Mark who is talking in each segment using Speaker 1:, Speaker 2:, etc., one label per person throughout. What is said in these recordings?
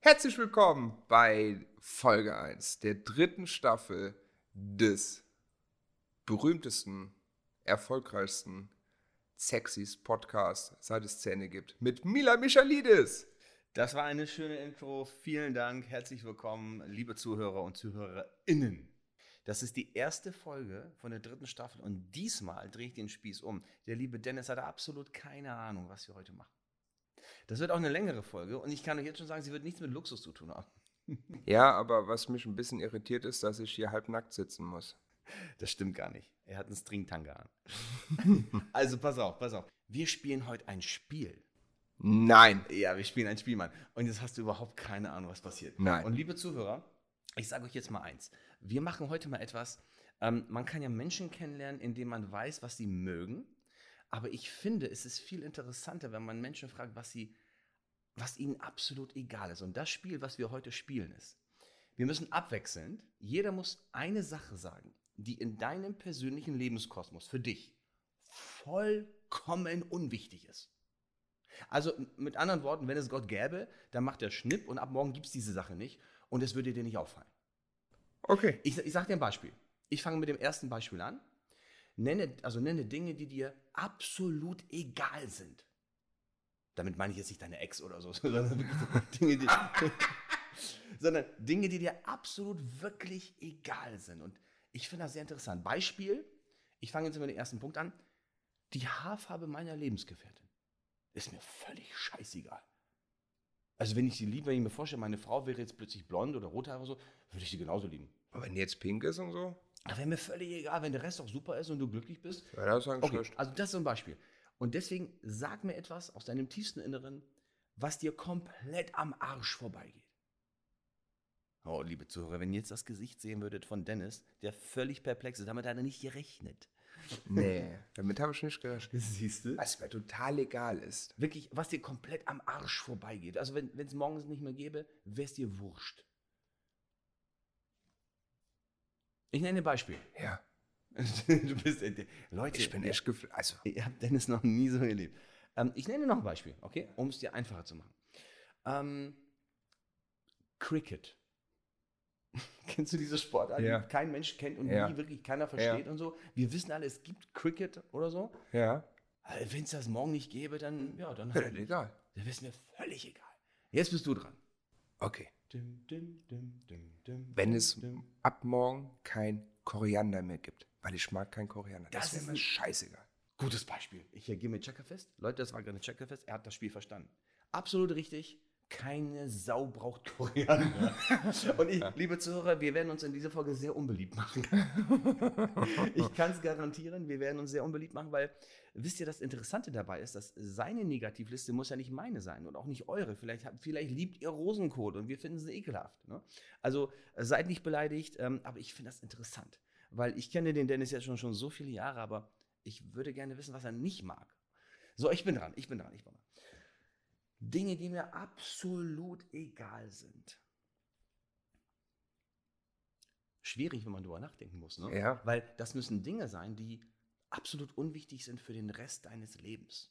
Speaker 1: Herzlich willkommen bei Folge 1 der dritten Staffel des berühmtesten, erfolgreichsten, sexys Podcasts, seit es Zähne gibt, mit Mila Michalidis.
Speaker 2: Das war eine schöne Intro. Vielen Dank. Herzlich willkommen, liebe Zuhörer und ZuhörerInnen. Das ist die erste Folge von der dritten Staffel und diesmal drehe ich den Spieß um. Der liebe Dennis hatte absolut keine Ahnung, was wir heute machen. Das wird auch eine längere Folge und ich kann euch jetzt schon sagen, sie wird nichts mit Luxus zu tun haben.
Speaker 1: Ja, aber was mich ein bisschen irritiert ist, dass ich hier halbnackt sitzen muss.
Speaker 2: Das stimmt gar nicht. Er hat einen Stringtanga an. also pass auf, pass auf. Wir spielen heute ein Spiel.
Speaker 1: Nein.
Speaker 2: Ja, wir spielen ein Spiel, Mann. Und jetzt hast du überhaupt keine Ahnung, was passiert.
Speaker 1: Nein.
Speaker 2: Und liebe Zuhörer, ich sage euch jetzt mal eins. Wir machen heute mal etwas. Ähm, man kann ja Menschen kennenlernen, indem man weiß, was sie mögen. Aber ich finde, es ist viel interessanter, wenn man Menschen fragt, was, sie, was ihnen absolut egal ist. Und das Spiel, was wir heute spielen, ist, wir müssen abwechselnd, jeder muss eine Sache sagen, die in deinem persönlichen Lebenskosmos für dich vollkommen unwichtig ist. Also mit anderen Worten, wenn es Gott gäbe, dann macht er Schnipp und ab morgen gibt es diese Sache nicht und es würde dir nicht auffallen.
Speaker 1: Okay.
Speaker 2: Ich, ich sage dir ein Beispiel. Ich fange mit dem ersten Beispiel an. Nenne, also nenne Dinge, die dir absolut egal sind. Damit meine ich jetzt nicht deine Ex oder so, sondern wirklich so Dinge, die, sondern Dinge, die dir absolut wirklich egal sind. Und ich finde das sehr interessant. Beispiel, ich fange jetzt mit dem ersten Punkt an. Die Haarfarbe meiner Lebensgefährtin ist mir völlig scheißegal. Also wenn ich sie liebe, wenn ich mir vorstelle, meine Frau wäre jetzt plötzlich blond oder rothaarig oder so, würde ich sie genauso lieben.
Speaker 1: Aber wenn jetzt pink ist und so,
Speaker 2: Aber wäre mir völlig egal, wenn der Rest auch super ist und du glücklich bist.
Speaker 1: ja, das ist eigentlich
Speaker 2: Okay,
Speaker 1: schlecht.
Speaker 2: also das ist so ein Beispiel. Und deswegen sag mir etwas aus deinem tiefsten Inneren, was dir komplett am Arsch vorbeigeht. Oh, liebe Zuhörer, wenn ihr jetzt das Gesicht sehen würdet von Dennis, der völlig perplex ist, damit hat er nicht gerechnet.
Speaker 1: Nee, damit habe ich nicht gerechnet.
Speaker 2: Siehst du?
Speaker 1: Was mir total egal ist.
Speaker 2: Wirklich, was dir komplett am Arsch vorbeigeht. Also wenn es morgens nicht mehr gäbe, wäre es dir wurscht. Ich nenne ein Beispiel.
Speaker 1: Ja,
Speaker 2: du bist, äh, Leute,
Speaker 1: ich bin
Speaker 2: ihr-
Speaker 1: echt geflasht. Also,
Speaker 2: Ihr habt Dennis noch nie so erlebt. Ähm, ich nenne noch ein Beispiel, okay? Um es dir einfacher zu machen. Ähm, Cricket. Kennst du diese Sportart,
Speaker 1: Ja.
Speaker 2: die kein Mensch kennt und
Speaker 1: Ja.
Speaker 2: nie wirklich keiner versteht und so? Wir wissen alle, es gibt Cricket oder so.
Speaker 1: ja,
Speaker 2: Wenn es das morgen nicht gäbe, dann, ja, dann,
Speaker 1: mir das
Speaker 2: halt, dann
Speaker 1: egal.
Speaker 2: wäre es mir völlig egal. Jetzt bist du dran.
Speaker 1: Okay.
Speaker 2: Dim, dim, dim, dim, dim,
Speaker 1: Wenn
Speaker 2: dim,
Speaker 1: es
Speaker 2: dim.
Speaker 1: ab morgen kein Koriander mehr gibt, weil ich mag kein Koriander. Das,
Speaker 2: Das
Speaker 1: wäre
Speaker 2: ist
Speaker 1: mir
Speaker 2: ein-
Speaker 1: scheißegal.
Speaker 2: Gutes Beispiel. Ich gehe mit Checkerfest. Leute, das war gerade Checkerfest. Er hat das Spiel verstanden. Absolut richtig. Keine Sau braucht Koriander. Und ich, liebe Zuhörer, wir werden uns in dieser Folge sehr unbeliebt machen. Ich kann es garantieren, wir werden uns sehr unbeliebt machen, weil wisst ihr, das Interessante dabei ist, dass seine Negativliste muss ja nicht meine sein und auch nicht eure. Vielleicht, habt- vielleicht liebt ihr Rosenkohl und wir finden sie ekelhaft. Ne? Also äh, seid nicht beleidigt, ähm, aber ich finde das interessant, weil ich kenne den Dennis jetzt schon, schon so viele Jahre, aber ich würde gerne wissen, was er nicht mag. So, ich bin dran, ich bin dran, ich bin dran. Dinge, die mir absolut egal sind. Schwierig, wenn man drüber nachdenken muss, ne?
Speaker 1: Ja.
Speaker 2: Weil das müssen Dinge sein, die absolut unwichtig sind für den Rest deines Lebens.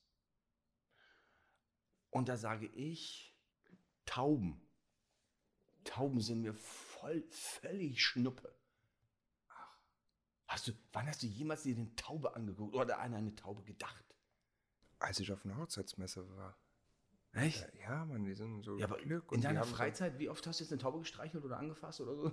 Speaker 2: Und da sage ich, Tauben. Tauben sind mir voll, völlig Schnuppe. Hast du, wann hast du jemals dir eine Taube angeguckt oder an eine Taube gedacht?
Speaker 1: Als ich auf einer Hochzeitsmesse war. Äh,
Speaker 2: Echt?
Speaker 1: Ja, Mann, die sind so
Speaker 2: Ja, aber
Speaker 1: Glück
Speaker 2: in
Speaker 1: die
Speaker 2: deiner
Speaker 1: haben so-
Speaker 2: Freizeit, wie oft hast du jetzt eine Taube gestreichelt oder angefasst oder so?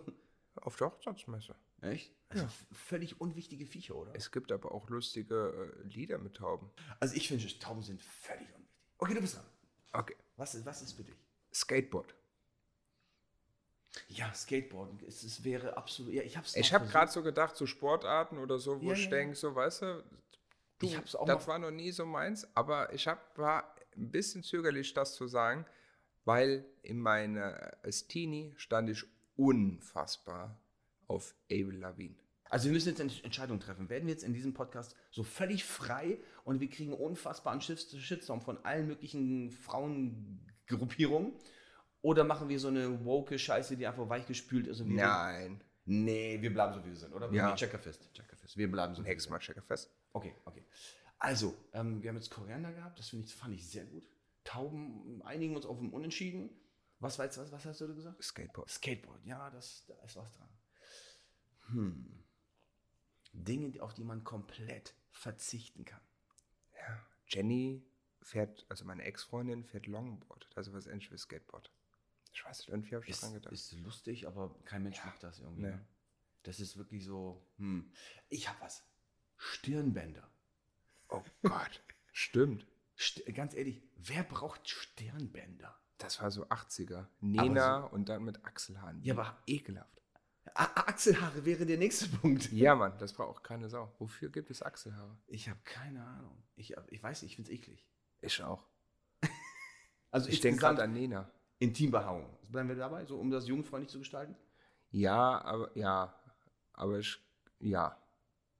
Speaker 1: auf der Hochzeitsmesse.
Speaker 2: Echt? Also v- völlig unwichtige Viecher, oder?
Speaker 1: Es gibt aber auch lustige äh, Lieder mit Tauben.
Speaker 2: Also ich finde, Tauben sind völlig unwichtig. Okay, du bist dran.
Speaker 1: Okay.
Speaker 2: Was ist, was ist für dich?
Speaker 1: Skateboard.
Speaker 2: Ja, Skateboarden. Es, es wäre absolut. Ja, ich hab's
Speaker 1: Ich
Speaker 2: mal
Speaker 1: habe
Speaker 2: versucht.
Speaker 1: gerade so gedacht, so Sportarten oder so, wo
Speaker 2: Ja,
Speaker 1: ich
Speaker 2: ja,
Speaker 1: denke, so, weißt du, du
Speaker 2: Ich hab's auch
Speaker 1: das
Speaker 2: mal-
Speaker 1: war noch nie so meins, aber ich hab, war ein bisschen zögerlich, das zu sagen, weil in meiner als Teenie stand ich unfassbar auf Abel Lavigne.
Speaker 2: Also wir müssen jetzt eine Entscheidung treffen. Werden wir jetzt in diesem Podcast so völlig frei und wir kriegen unfassbaren Shit- Shitstorm von allen möglichen Frauengruppierungen? Oder machen wir so eine woke Scheiße, die einfach weichgespült ist? Und wir
Speaker 1: Nein.
Speaker 2: Nee, wir bleiben so, wie wir sind, oder? Wir
Speaker 1: Ja.
Speaker 2: machen Checkerfest. Checkerfest. Wir bleiben so. wie wir
Speaker 1: Nächstes Mal checker fest.
Speaker 2: sind. Okay, okay. Also, ähm, wir haben jetzt Koriander gehabt. Das finde ich, fand ich sehr gut. Tauben einigen wir uns auf dem Unentschieden. Was, war jetzt- was, was hast du gesagt?
Speaker 1: Skateboard.
Speaker 2: Skateboard, ja, das, da ist was dran. Hm. Dinge, auf die man komplett verzichten kann.
Speaker 1: Ja. Jenny fährt, also meine Ex-Freundin fährt Longboard. Das ist was ähnliches wie Skateboard. Ich weiß nicht, irgendwie habe ich
Speaker 2: Ist,
Speaker 1: dran gedacht.
Speaker 2: ist lustig, aber kein Mensch macht das irgendwie.
Speaker 1: Nee.
Speaker 2: Ne? Das ist wirklich so, hm. Ich hab was. Stirnbänder.
Speaker 1: oh Gott. Stimmt.
Speaker 2: St ganz ehrlich, wer braucht Stirnbänder?
Speaker 1: Das war so 80er. Nena und dann mit Achselhahn.
Speaker 2: Ja, aber
Speaker 1: ekelhaft.
Speaker 2: A Achselhaare wäre der nächste Punkt.
Speaker 1: Ja, Mann, das braucht auch keine Sau. Wofür gibt es Achselhaare?
Speaker 2: Ich habe keine Ahnung. Ich, hab- ich weiß, nicht, ich find's eklig.
Speaker 1: Ich auch.
Speaker 2: Also
Speaker 1: Ich denke
Speaker 2: insgesamt
Speaker 1: gerade an Nena.
Speaker 2: Intimbehauung. Bleiben wir dabei, so um das jugendfreundlich zu gestalten?
Speaker 1: Ja, aber ja, aber ich ja.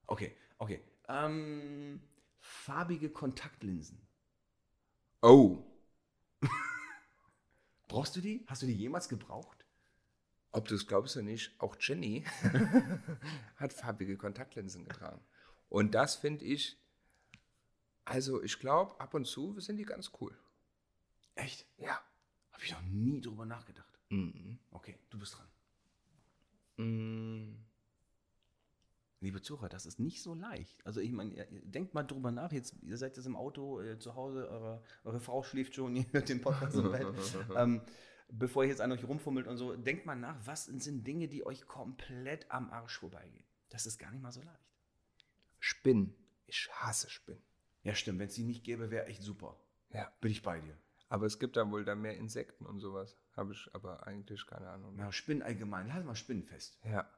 Speaker 2: Okay, okay. Ähm, farbige Kontaktlinsen.
Speaker 1: Oh,
Speaker 2: Brauchst du die? Hast du die jemals gebraucht?
Speaker 1: ob du es glaubst oder nicht, auch Jenny hat farbige Kontaktlinsen getragen. Und das finde ich also ich glaube, ab und zu sind die ganz cool.
Speaker 2: Echt?
Speaker 1: Ja.
Speaker 2: Habe ich noch nie drüber nachgedacht.
Speaker 1: Mhm.
Speaker 2: Okay, du bist dran.
Speaker 1: Mhm.
Speaker 2: Liebe Zuhörer, das ist nicht so leicht. Also ich meine, ihr- ihr denkt mal drüber nach. Jetzt, ihr seid jetzt im Auto, äh, zu Hause, eure, eure Frau schläft schon, ihr hört den Podcast im Bett. ähm, bevor ihr jetzt an euch rumfummelt und so, denkt mal nach, was sind Dinge, die euch komplett am Arsch vorbeigehen. Das ist gar nicht mal so leicht.
Speaker 1: Spinnen. Ich hasse Spinnen.
Speaker 2: Ja, stimmt. Wenn es die nicht gäbe, wäre echt super.
Speaker 1: Ja.
Speaker 2: Bin ich bei dir.
Speaker 1: Aber es gibt da wohl dann mehr Insekten und sowas. Habe ich aber eigentlich keine Ahnung.
Speaker 2: Na, Spinnen allgemein. Lass mal Spinnen fest.
Speaker 1: Ja.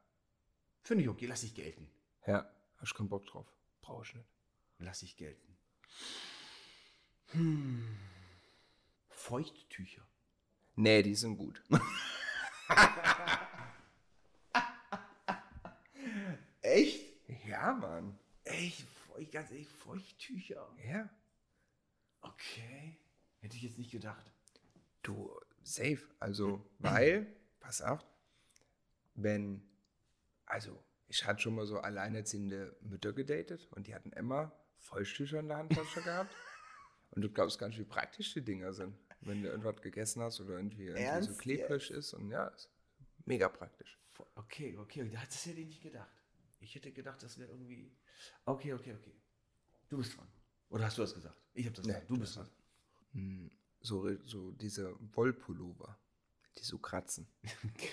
Speaker 2: Finde ich okay. Lass ich gelten.
Speaker 1: Ja. Habe ich keinen Bock drauf. Brauche ich nicht.
Speaker 2: Lass ich gelten. Hm. Feuchttücher.
Speaker 1: Nee, die sind gut.
Speaker 2: Echt?
Speaker 1: ja, Mann.
Speaker 2: Echt? Feucht, ganz ehrlich, Feuchttücher?
Speaker 1: Ja.
Speaker 2: Okay. Hätte ich jetzt nicht gedacht.
Speaker 1: Du, safe. Also, weil, pass auf, wenn, also, ich hatte schon mal so alleinerziehende Mütter gedatet und die hatten immer Feuchttücher in der Handtasche gehabt. Und du glaubst gar nicht, wie praktisch die Dinger sind, wenn du irgendwas gegessen hast oder irgendwie, irgendwie so
Speaker 2: Ernst
Speaker 1: klebrig ist. Und ja, ist mega praktisch.
Speaker 2: Fe- Okay, okay. Das hätte ich nicht gedacht. Ich hätte gedacht, das wäre irgendwie... Okay, okay, okay. Du bist dran. Oder hast du das gesagt? Ich habe das
Speaker 1: Nee,
Speaker 2: gesagt. Du
Speaker 1: du
Speaker 2: bist
Speaker 1: hast
Speaker 2: dran.
Speaker 1: Hm, So, ri- so diese Wollpullover, die so kratzen.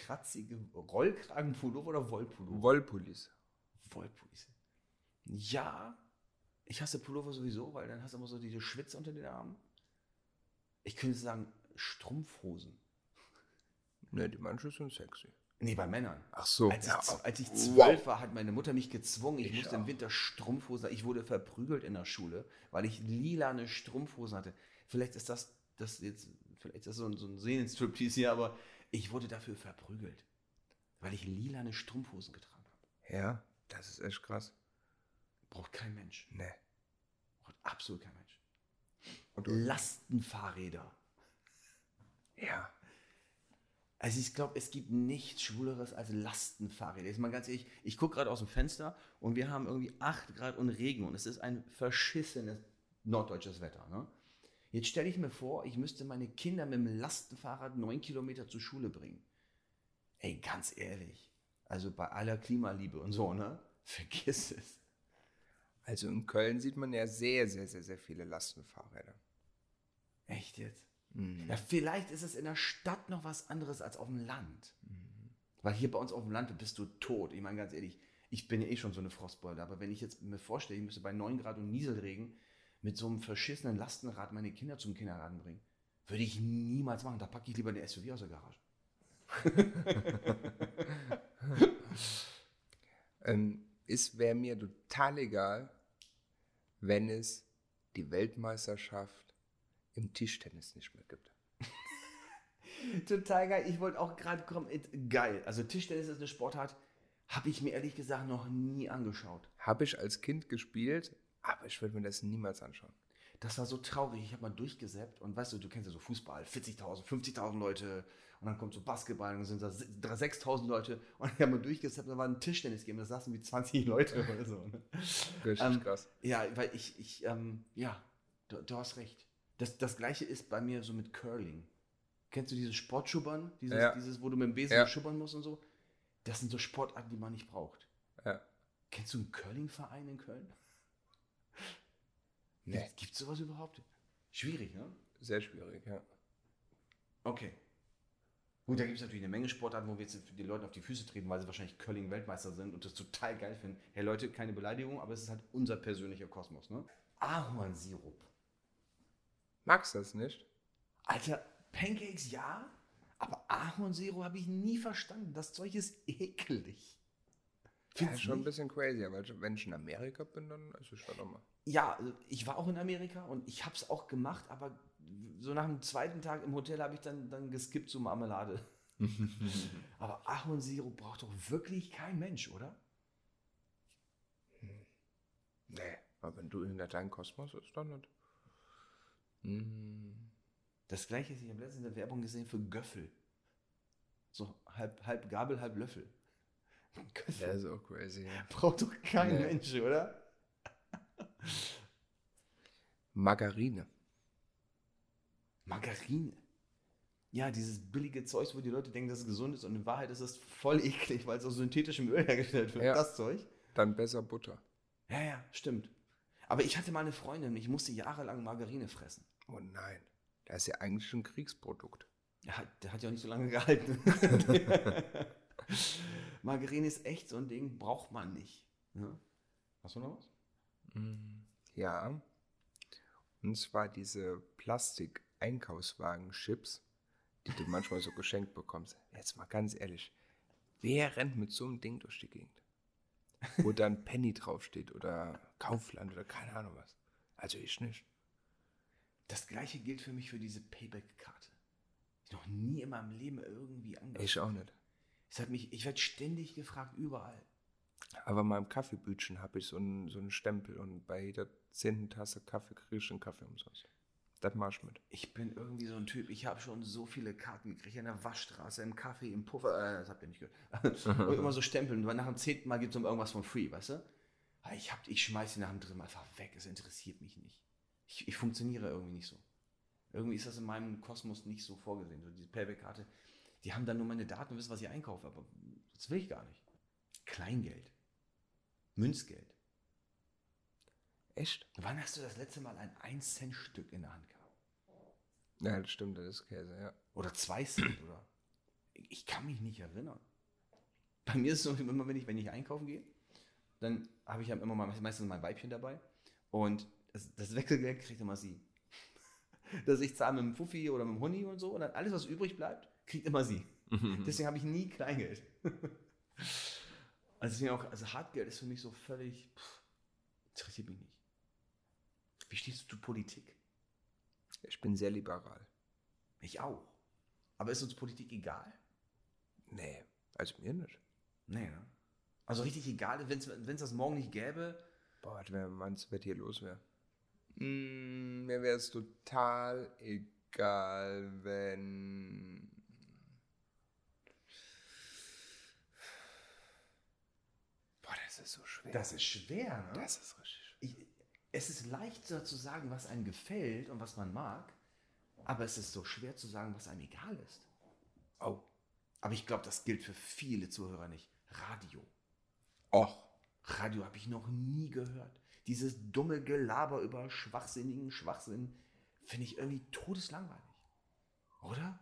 Speaker 2: kratzige Rollkragenpullover oder Wollpullover?
Speaker 1: Wollpullis.
Speaker 2: Wollpullis. Ja, ich hasse Pullover sowieso, weil dann hast du immer so diese Schwitze unter den Armen. Ich könnte sagen Strumpfhosen.
Speaker 1: Ne, die manche sind sexy.
Speaker 2: Nee, bei Männern.
Speaker 1: Ach so.
Speaker 2: Als ich,
Speaker 1: ja,
Speaker 2: z-
Speaker 1: oh,
Speaker 2: als ich
Speaker 1: wow.
Speaker 2: zwölf war, hat meine Mutter mich gezwungen. Ich,
Speaker 1: Ich
Speaker 2: musste im
Speaker 1: auch.
Speaker 2: Winter Strumpfhosen. Ich wurde verprügelt in der Schule, weil ich lilane Strumpfhosen hatte. Vielleicht ist das, das jetzt, vielleicht ist das so ein, so ein Seelenstriptease hier, aber ich wurde dafür verprügelt, weil ich lilane Strumpfhosen getragen habe.
Speaker 1: Ja, das ist echt krass.
Speaker 2: Braucht kein Mensch.
Speaker 1: Ne.
Speaker 2: Braucht absolut kein Mensch.
Speaker 1: Und du-
Speaker 2: Lastenfahrräder.
Speaker 1: Ja.
Speaker 2: Also ich glaube, es gibt nichts Schwuleres als Lastenfahrräder. Jetzt mal ganz ehrlich, ich gucke gerade aus dem Fenster und wir haben irgendwie 8 Grad und Regen und es ist ein verschissenes norddeutsches Wetter. Ne? Jetzt stelle ich mir vor, ich müsste meine Kinder mit dem Lastenfahrrad 9 Kilometer zur Schule bringen. Ey, ganz ehrlich, also bei aller Klimaliebe und so, ne? Vergiss es.
Speaker 1: Also in Köln sieht man ja sehr, sehr, sehr, sehr viele Lastenfahrräder.
Speaker 2: Echt jetzt? Ja,
Speaker 1: Mhm.
Speaker 2: vielleicht ist es in der Stadt noch was anderes als auf dem Land. Weil hier bei uns auf dem Land bist du tot. Ich meine, ganz ehrlich, ich bin ja eh schon so eine Frostbeule, aber wenn ich jetzt mir vorstelle, ich müsste bei 9 Grad und Nieselregen mit so einem verschissenen Lastenrad meine Kinder zum Kindergarten bringen, würde ich niemals machen. Da packe ich lieber den SUV aus der Garage.
Speaker 1: Ähm, es wäre mir total egal, wenn es die Weltmeisterschaft im Tischtennis nicht mehr gibt.
Speaker 2: Total geil. Ich wollte auch gerade kommen. It- Geil. Also Tischtennis ist eine Sportart, habe ich mir ehrlich gesagt noch nie angeschaut.
Speaker 1: Habe ich als Kind gespielt, aber ich würde mir das niemals anschauen.
Speaker 2: Das war so traurig. Ich habe mal durchgesäppt und weißt du, du kennst ja so Fußball, 40.000, 50.000 Leute und dann kommt so Basketball und dann sind da si- dr- 6.000 Leute und ich habe mal durchgesäppt, da war ein Tischtennis-Game, da saßen wie 20 Leute oder so. Ne?
Speaker 1: Richtig
Speaker 2: Ähm,
Speaker 1: krass.
Speaker 2: Ja, weil ich, ich ähm, ja, du, du hast recht. Das, das gleiche ist bei mir so mit Curling. Kennst du diese Sportschubbern? Dieses,
Speaker 1: Ja.
Speaker 2: dieses, wo du mit dem Besen
Speaker 1: Ja.
Speaker 2: so schubbern musst und so? Das sind so Sportarten, die man nicht braucht.
Speaker 1: Ja.
Speaker 2: Kennst du einen Curling-Verein in Köln?
Speaker 1: Nee.
Speaker 2: Gibt es sowas überhaupt? Schwierig, ne?
Speaker 1: Sehr schwierig, ja.
Speaker 2: Okay. Gut, da gibt es natürlich eine Menge Sportarten, wo wir jetzt den Leuten auf die Füße treten, weil sie wahrscheinlich Curling-Weltmeister sind und das total geil finden. Hey Leute, keine Beleidigung, aber es ist halt unser persönlicher Kosmos, ne? Ahornsirup.
Speaker 1: Magst du das nicht?
Speaker 2: Alter, Pancakes ja, aber Ahornsirup habe ich nie verstanden. Das Zeug ist eklig.
Speaker 1: Ja,
Speaker 2: Findest du
Speaker 1: schon ein
Speaker 2: nicht?
Speaker 1: bisschen crazy, aber wenn ich in Amerika bin, dann ist es schon nochmal.
Speaker 2: Ja, also ich war auch in Amerika und ich habe es auch gemacht, aber so nach dem zweiten Tag im Hotel habe ich dann, dann geskippt zur Marmelade. aber Ahornsirup braucht doch wirklich kein Mensch, oder?
Speaker 1: Nee, aber wenn du in der deinem Kosmos ist, dann nicht. Mm.
Speaker 2: Das gleiche ist, ich habe letztens eine Werbung gesehen für Göffel. So halb, halb Gabel, halb Löffel. Göffel
Speaker 1: Das ist auch crazy. ja.
Speaker 2: braucht doch kein
Speaker 1: Nee.
Speaker 2: Mensch, oder?
Speaker 1: Margarine.
Speaker 2: Margarine. Ja, dieses billige Zeug, wo die Leute denken, dass es gesund ist und in Wahrheit ist es voll eklig, weil es aus synthetischem Öl hergestellt wird.
Speaker 1: Ja.
Speaker 2: Das Zeug.
Speaker 1: Dann besser Butter.
Speaker 2: Ja, ja, stimmt. Aber ich hatte mal eine Freundin, ich musste jahrelang Margarine fressen.
Speaker 1: Oh nein, das ist ja eigentlich ein Kriegsprodukt.
Speaker 2: Der hat, der hat ja auch nicht so lange gehalten. Margarine ist echt so ein Ding, braucht man nicht. Ja. Hast du noch was?
Speaker 1: Ja. Und zwar diese Plastik-Einkaufswagen-Chips, die du manchmal so geschenkt bekommst. Jetzt mal ganz ehrlich, wer rennt mit so einem Ding durch die Gegend? Wo dann Penny draufsteht oder Kaufland oder keine Ahnung was. Also ich nicht.
Speaker 2: Das gleiche gilt für mich für diese Payback-Karte. Ich noch nie in meinem Leben irgendwie
Speaker 1: Ich
Speaker 2: angeschaut.
Speaker 1: auch nicht.
Speaker 2: Es hat mich, ich werde ständig gefragt, überall.
Speaker 1: Aber in meinem Kaffeebütchen habe ich so einen, so einen Stempel und bei jeder zehnten Tasse Kaffee kriege ich einen Kaffee umsonst. Das mach ich mit.
Speaker 2: Ich bin irgendwie so ein Typ, ich habe schon so viele Karten gekriegt. An der Waschstraße, im Kaffee, im Puffer, äh, das habt ihr nicht gehört. Und immer so Stempeln, weil nach dem zehnten Mal gibt es irgendwas von Free, weißt du? Aber Ich, hab, ich schmeiße die nach dem dritten Mal einfach weg, es interessiert mich nicht. Ich, ich funktioniere irgendwie nicht so. Irgendwie ist das in meinem Kosmos nicht so vorgesehen. So diese Payback-Karte, die haben dann nur meine Daten und wissen, was ich einkaufe, aber das will ich gar nicht. Kleingeld. Münzgeld.
Speaker 1: Echt?
Speaker 2: Wann hast du das letzte Mal ein 1-Cent-Stück in der Hand gehabt?
Speaker 1: Ja, das stimmt, das ist Käse, ja.
Speaker 2: Oder zwei Cent, oder? Ich ich kann mich nicht erinnern. Bei mir ist es so, immer wenn ich, wenn ich einkaufen gehe, dann habe ich ja immer mal, meistens mein Weibchen dabei und das, das Wechselgeld kriegt immer sie. Dass ich zahle mit dem Fuffi oder mit dem Huni und so und dann alles, was übrig bleibt, kriegt immer sie.
Speaker 1: Mhm.
Speaker 2: Deswegen habe ich nie Kleingeld. Also, deswegen auch, also Hartgeld ist für mich so völlig, pff, interessiert mich nicht. Wie stehst du zu Politik?
Speaker 1: Ich bin sehr liberal.
Speaker 2: Ich auch. Aber ist uns Politik egal?
Speaker 1: Nee, also mir nicht.
Speaker 2: Nee, ne? Also richtig egal, wenn es das morgen nicht gäbe.
Speaker 1: Boah, das wär, man's, wenn hier los wäre. Mm, mir wäre es total egal, wenn. Boah, das ist so schwer.
Speaker 2: ist schwer, ne?
Speaker 1: das ist richtig schwer.
Speaker 2: ich, es ist leichter zu sagen, was einem gefällt und was man mag, aber es ist so schwer zu sagen, was einem egal ist.
Speaker 1: Oh.
Speaker 2: Aber ich glaube, das gilt für viele Zuhörer nicht. Radio.
Speaker 1: Och.
Speaker 2: Radio habe ich noch nie gehört. Dieses dumme Gelaber über schwachsinnigen Schwachsinn finde ich irgendwie todeslangweilig. Oder?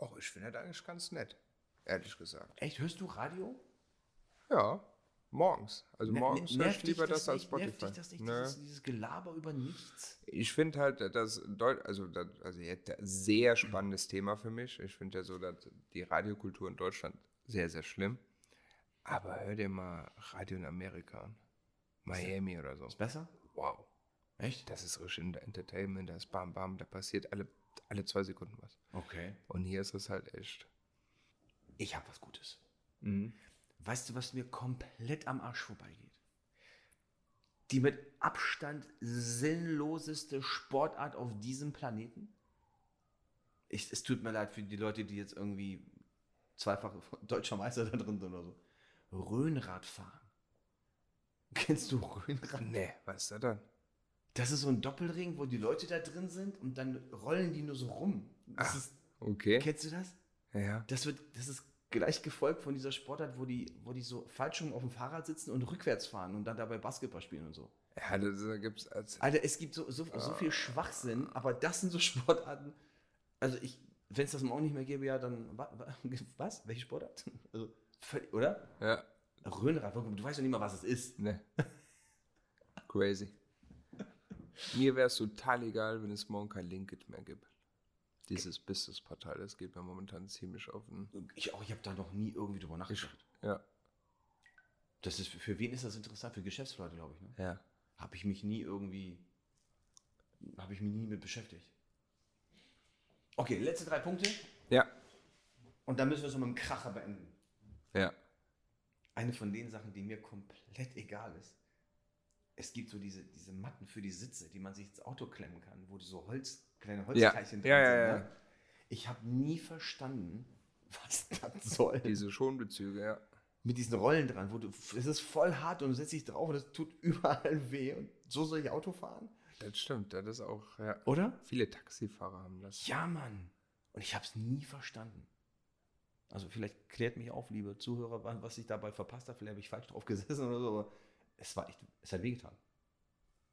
Speaker 1: Och, ich finde das eigentlich ganz nett. Ehrlich gesagt.
Speaker 2: Echt, hörst du Radio?
Speaker 1: Ja. Morgens. Also
Speaker 2: Ne-
Speaker 1: morgens
Speaker 2: ne-
Speaker 1: höre
Speaker 2: nervt
Speaker 1: ich
Speaker 2: dich
Speaker 1: lieber das, als
Speaker 2: nicht? Nervt dich
Speaker 1: Spotify.
Speaker 2: das Ne? nicht,
Speaker 1: Nö.
Speaker 2: dieses, dieses Gelaber über nichts?
Speaker 1: Ich finde halt, das Deut also, das, also jetzt ein sehr spannendes Thema für mich. Ich finde ja so, dass die Radiokultur in Deutschland sehr, sehr schlimm. Aber hör dir mal Radio in Amerika an. Miami oder so.
Speaker 2: Ist besser?
Speaker 1: Wow.
Speaker 2: Echt?
Speaker 1: Das ist richtig Entertainment, das Bam Bam, da passiert alle, alle zwei Sekunden was.
Speaker 2: Okay.
Speaker 1: Und hier ist es halt echt.
Speaker 2: Ich habe was Gutes. Mhm. Weißt du, was mir komplett am Arsch vorbeigeht? Die mit Abstand sinnloseste Sportart auf diesem Planeten? Ich, es tut mir leid für die Leute, die jetzt irgendwie zweifache deutscher Meister da drin sind oder so. Röhnradfahren. Kennst du Röhnrad?
Speaker 1: Nee, Ne, was ist das dann?
Speaker 2: Das ist so ein Doppelring, wo die Leute da drin sind und dann rollen die nur so rum. Das
Speaker 1: Ach,
Speaker 2: ist
Speaker 1: Okay.
Speaker 2: Kennst du das?
Speaker 1: Ja.
Speaker 2: Das, wird, das ist gleich gefolgt von dieser Sportart, wo die, wo die so falsch rum auf dem Fahrrad sitzen und rückwärts fahren und dann dabei Basketball spielen und so.
Speaker 1: Ja, das, da gibt's als.
Speaker 2: Alter, es gibt so, so, so viel Schwachsinn, aber das sind so Sportarten. Also ich, wenn es das morgen nicht mehr gäbe, ja, dann wa- wa- was? Welche Sportart? Also, völlig- oder?
Speaker 1: Ja.
Speaker 2: Röhnrad, du weißt ja nicht mal, was es ist.
Speaker 1: Ne. Crazy. Mir wäre es total egal, wenn es morgen kein Linkit mehr gibt. Dieses Business-Partei, das geht mir momentan ziemlich auf den.
Speaker 2: Ich auch, ich habe da noch nie irgendwie drüber nachgedacht.
Speaker 1: Ja.
Speaker 2: Das ist, für wen ist das interessant? Für Geschäftsleute, glaube ich. Ne?
Speaker 1: Ja.
Speaker 2: Habe ich mich nie irgendwie, habe ich mich nie mit beschäftigt. Okay, letzte drei Punkte
Speaker 1: Ja.
Speaker 2: und dann müssen wir es noch mit einem Kracher beenden.
Speaker 1: Ja.
Speaker 2: Eine von den Sachen, die mir komplett egal ist. Es gibt so diese, diese Matten für die Sitze, die man sich ins Auto klemmen kann, wo die so Holz, kleine Holzteilchen
Speaker 1: Ja, ja, ja,
Speaker 2: ne? Ich habe nie verstanden, was das soll.
Speaker 1: Diese Schonbezüge, ja.
Speaker 2: mit diesen Rollen dran, wo du, es ist voll hart und du setzt dich drauf und es tut überall weh. Und so soll ich Auto fahren?
Speaker 1: Das stimmt, das ist auch. Ja.
Speaker 2: Oder?
Speaker 1: Viele Taxifahrer haben das.
Speaker 2: Ja, Mann. Und ich habe es nie verstanden. Also vielleicht klärt mich auf, liebe Zuhörer, wa- was ich dabei verpasst habe. Vielleicht habe ich falsch drauf gesessen oder so. Aber es war echt, es hat wehgetan.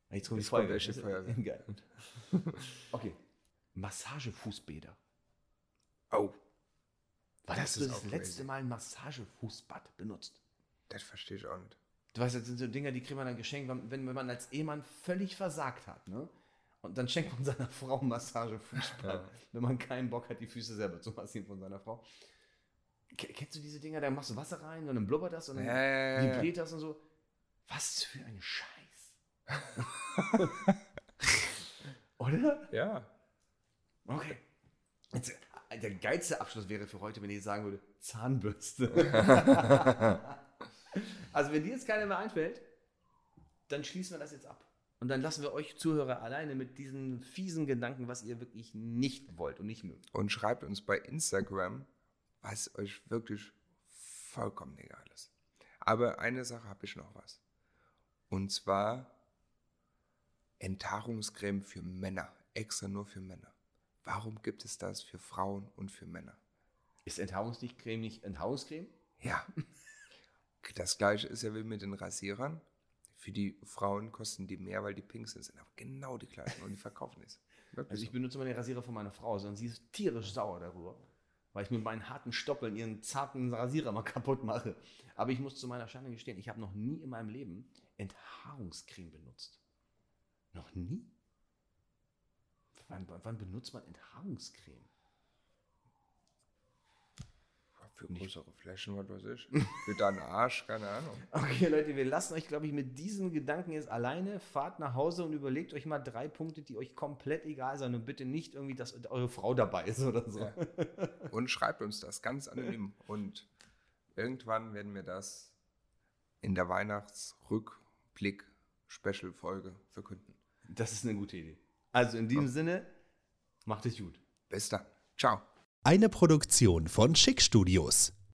Speaker 2: Jetzt kommt die
Speaker 1: Jetzt kommt
Speaker 2: Feuerwehr.
Speaker 1: echt die Feuerwehr.
Speaker 2: Geil. okay. Massagefußbäder.
Speaker 1: Oh,
Speaker 2: Wann
Speaker 1: Das
Speaker 2: hast du
Speaker 1: ist
Speaker 2: das
Speaker 1: auch
Speaker 2: letzte
Speaker 1: crazy.
Speaker 2: Mal ein Massagefußbad benutzt?
Speaker 1: das verstehe ich auch nicht.
Speaker 2: Du weißt, das sind so Dinger, die kriegt man dann geschenkt, wenn, wenn man als Ehemann völlig versagt hat, ne? Und dann schenkt man seiner Frau Massagefußball,
Speaker 1: Ja.
Speaker 2: wenn man keinen Bock hat, die Füße selber zu massieren von seiner Frau. Ke- Kennst du diese Dinger, da machst du Wasser rein und dann blubbert das und dann
Speaker 1: Ja, ja, ja.
Speaker 2: vibriert das und so. Was für ein Scheiß. Oder?
Speaker 1: ja.
Speaker 2: Okay. Jetzt, äh, der geilste Abschluss wäre für heute, wenn ich sagen würde, Zahnbürste. also wenn dir jetzt keiner mehr einfällt, dann schließen wir das jetzt ab. Und dann lassen wir euch Zuhörer alleine mit diesen fiesen Gedanken, was ihr wirklich nicht wollt und nicht mögt.
Speaker 1: Und schreibt uns bei Instagram, was euch wirklich vollkommen egal ist. Aber eine Sache habe ich noch was. Und zwar Enthaarungscreme für Männer. Extra nur für Männer. Warum gibt es das für Frauen und für Männer?
Speaker 2: Ist Enthaarungscreme nicht Enthaarungscreme?
Speaker 1: Ja. Das gleiche ist ja wie mit den Rasierern. Für die Frauen kosten die mehr, weil die pink sind, sind aber genau die gleichen und die verkaufen es. Wirklich
Speaker 2: Also ich
Speaker 1: so.
Speaker 2: benutze immer den Rasierer von meiner Frau, sondern sie ist tierisch sauer darüber, weil ich mit meinen harten Stoppeln ihren zarten Rasierer mal kaputt mache. Aber ich muss zu meiner Schande gestehen, ich habe noch nie in meinem Leben Enthaarungscreme benutzt. Noch nie? Wann, wann benutzt man Enthaarungscreme?
Speaker 1: Für größere Flächen, was weiß ich. Für deinen Arsch, keine Ahnung.
Speaker 2: Okay, Leute, wir lassen euch, glaube ich, mit diesen Gedanken jetzt alleine. Fahrt nach Hause und überlegt euch mal drei Punkte, die euch komplett egal sind und bitte nicht irgendwie, dass eure Frau dabei ist oder so.
Speaker 1: Ja. Und schreibt uns das ganz anonym. Und irgendwann werden wir das in der Weihnachtsrückblick-Special-Folge verkünden.
Speaker 2: Das ist eine gute Idee. Also in diesem Sinne, macht es gut.
Speaker 1: Bis dann. Ciao.
Speaker 3: Eine Produktion von Schick Studios.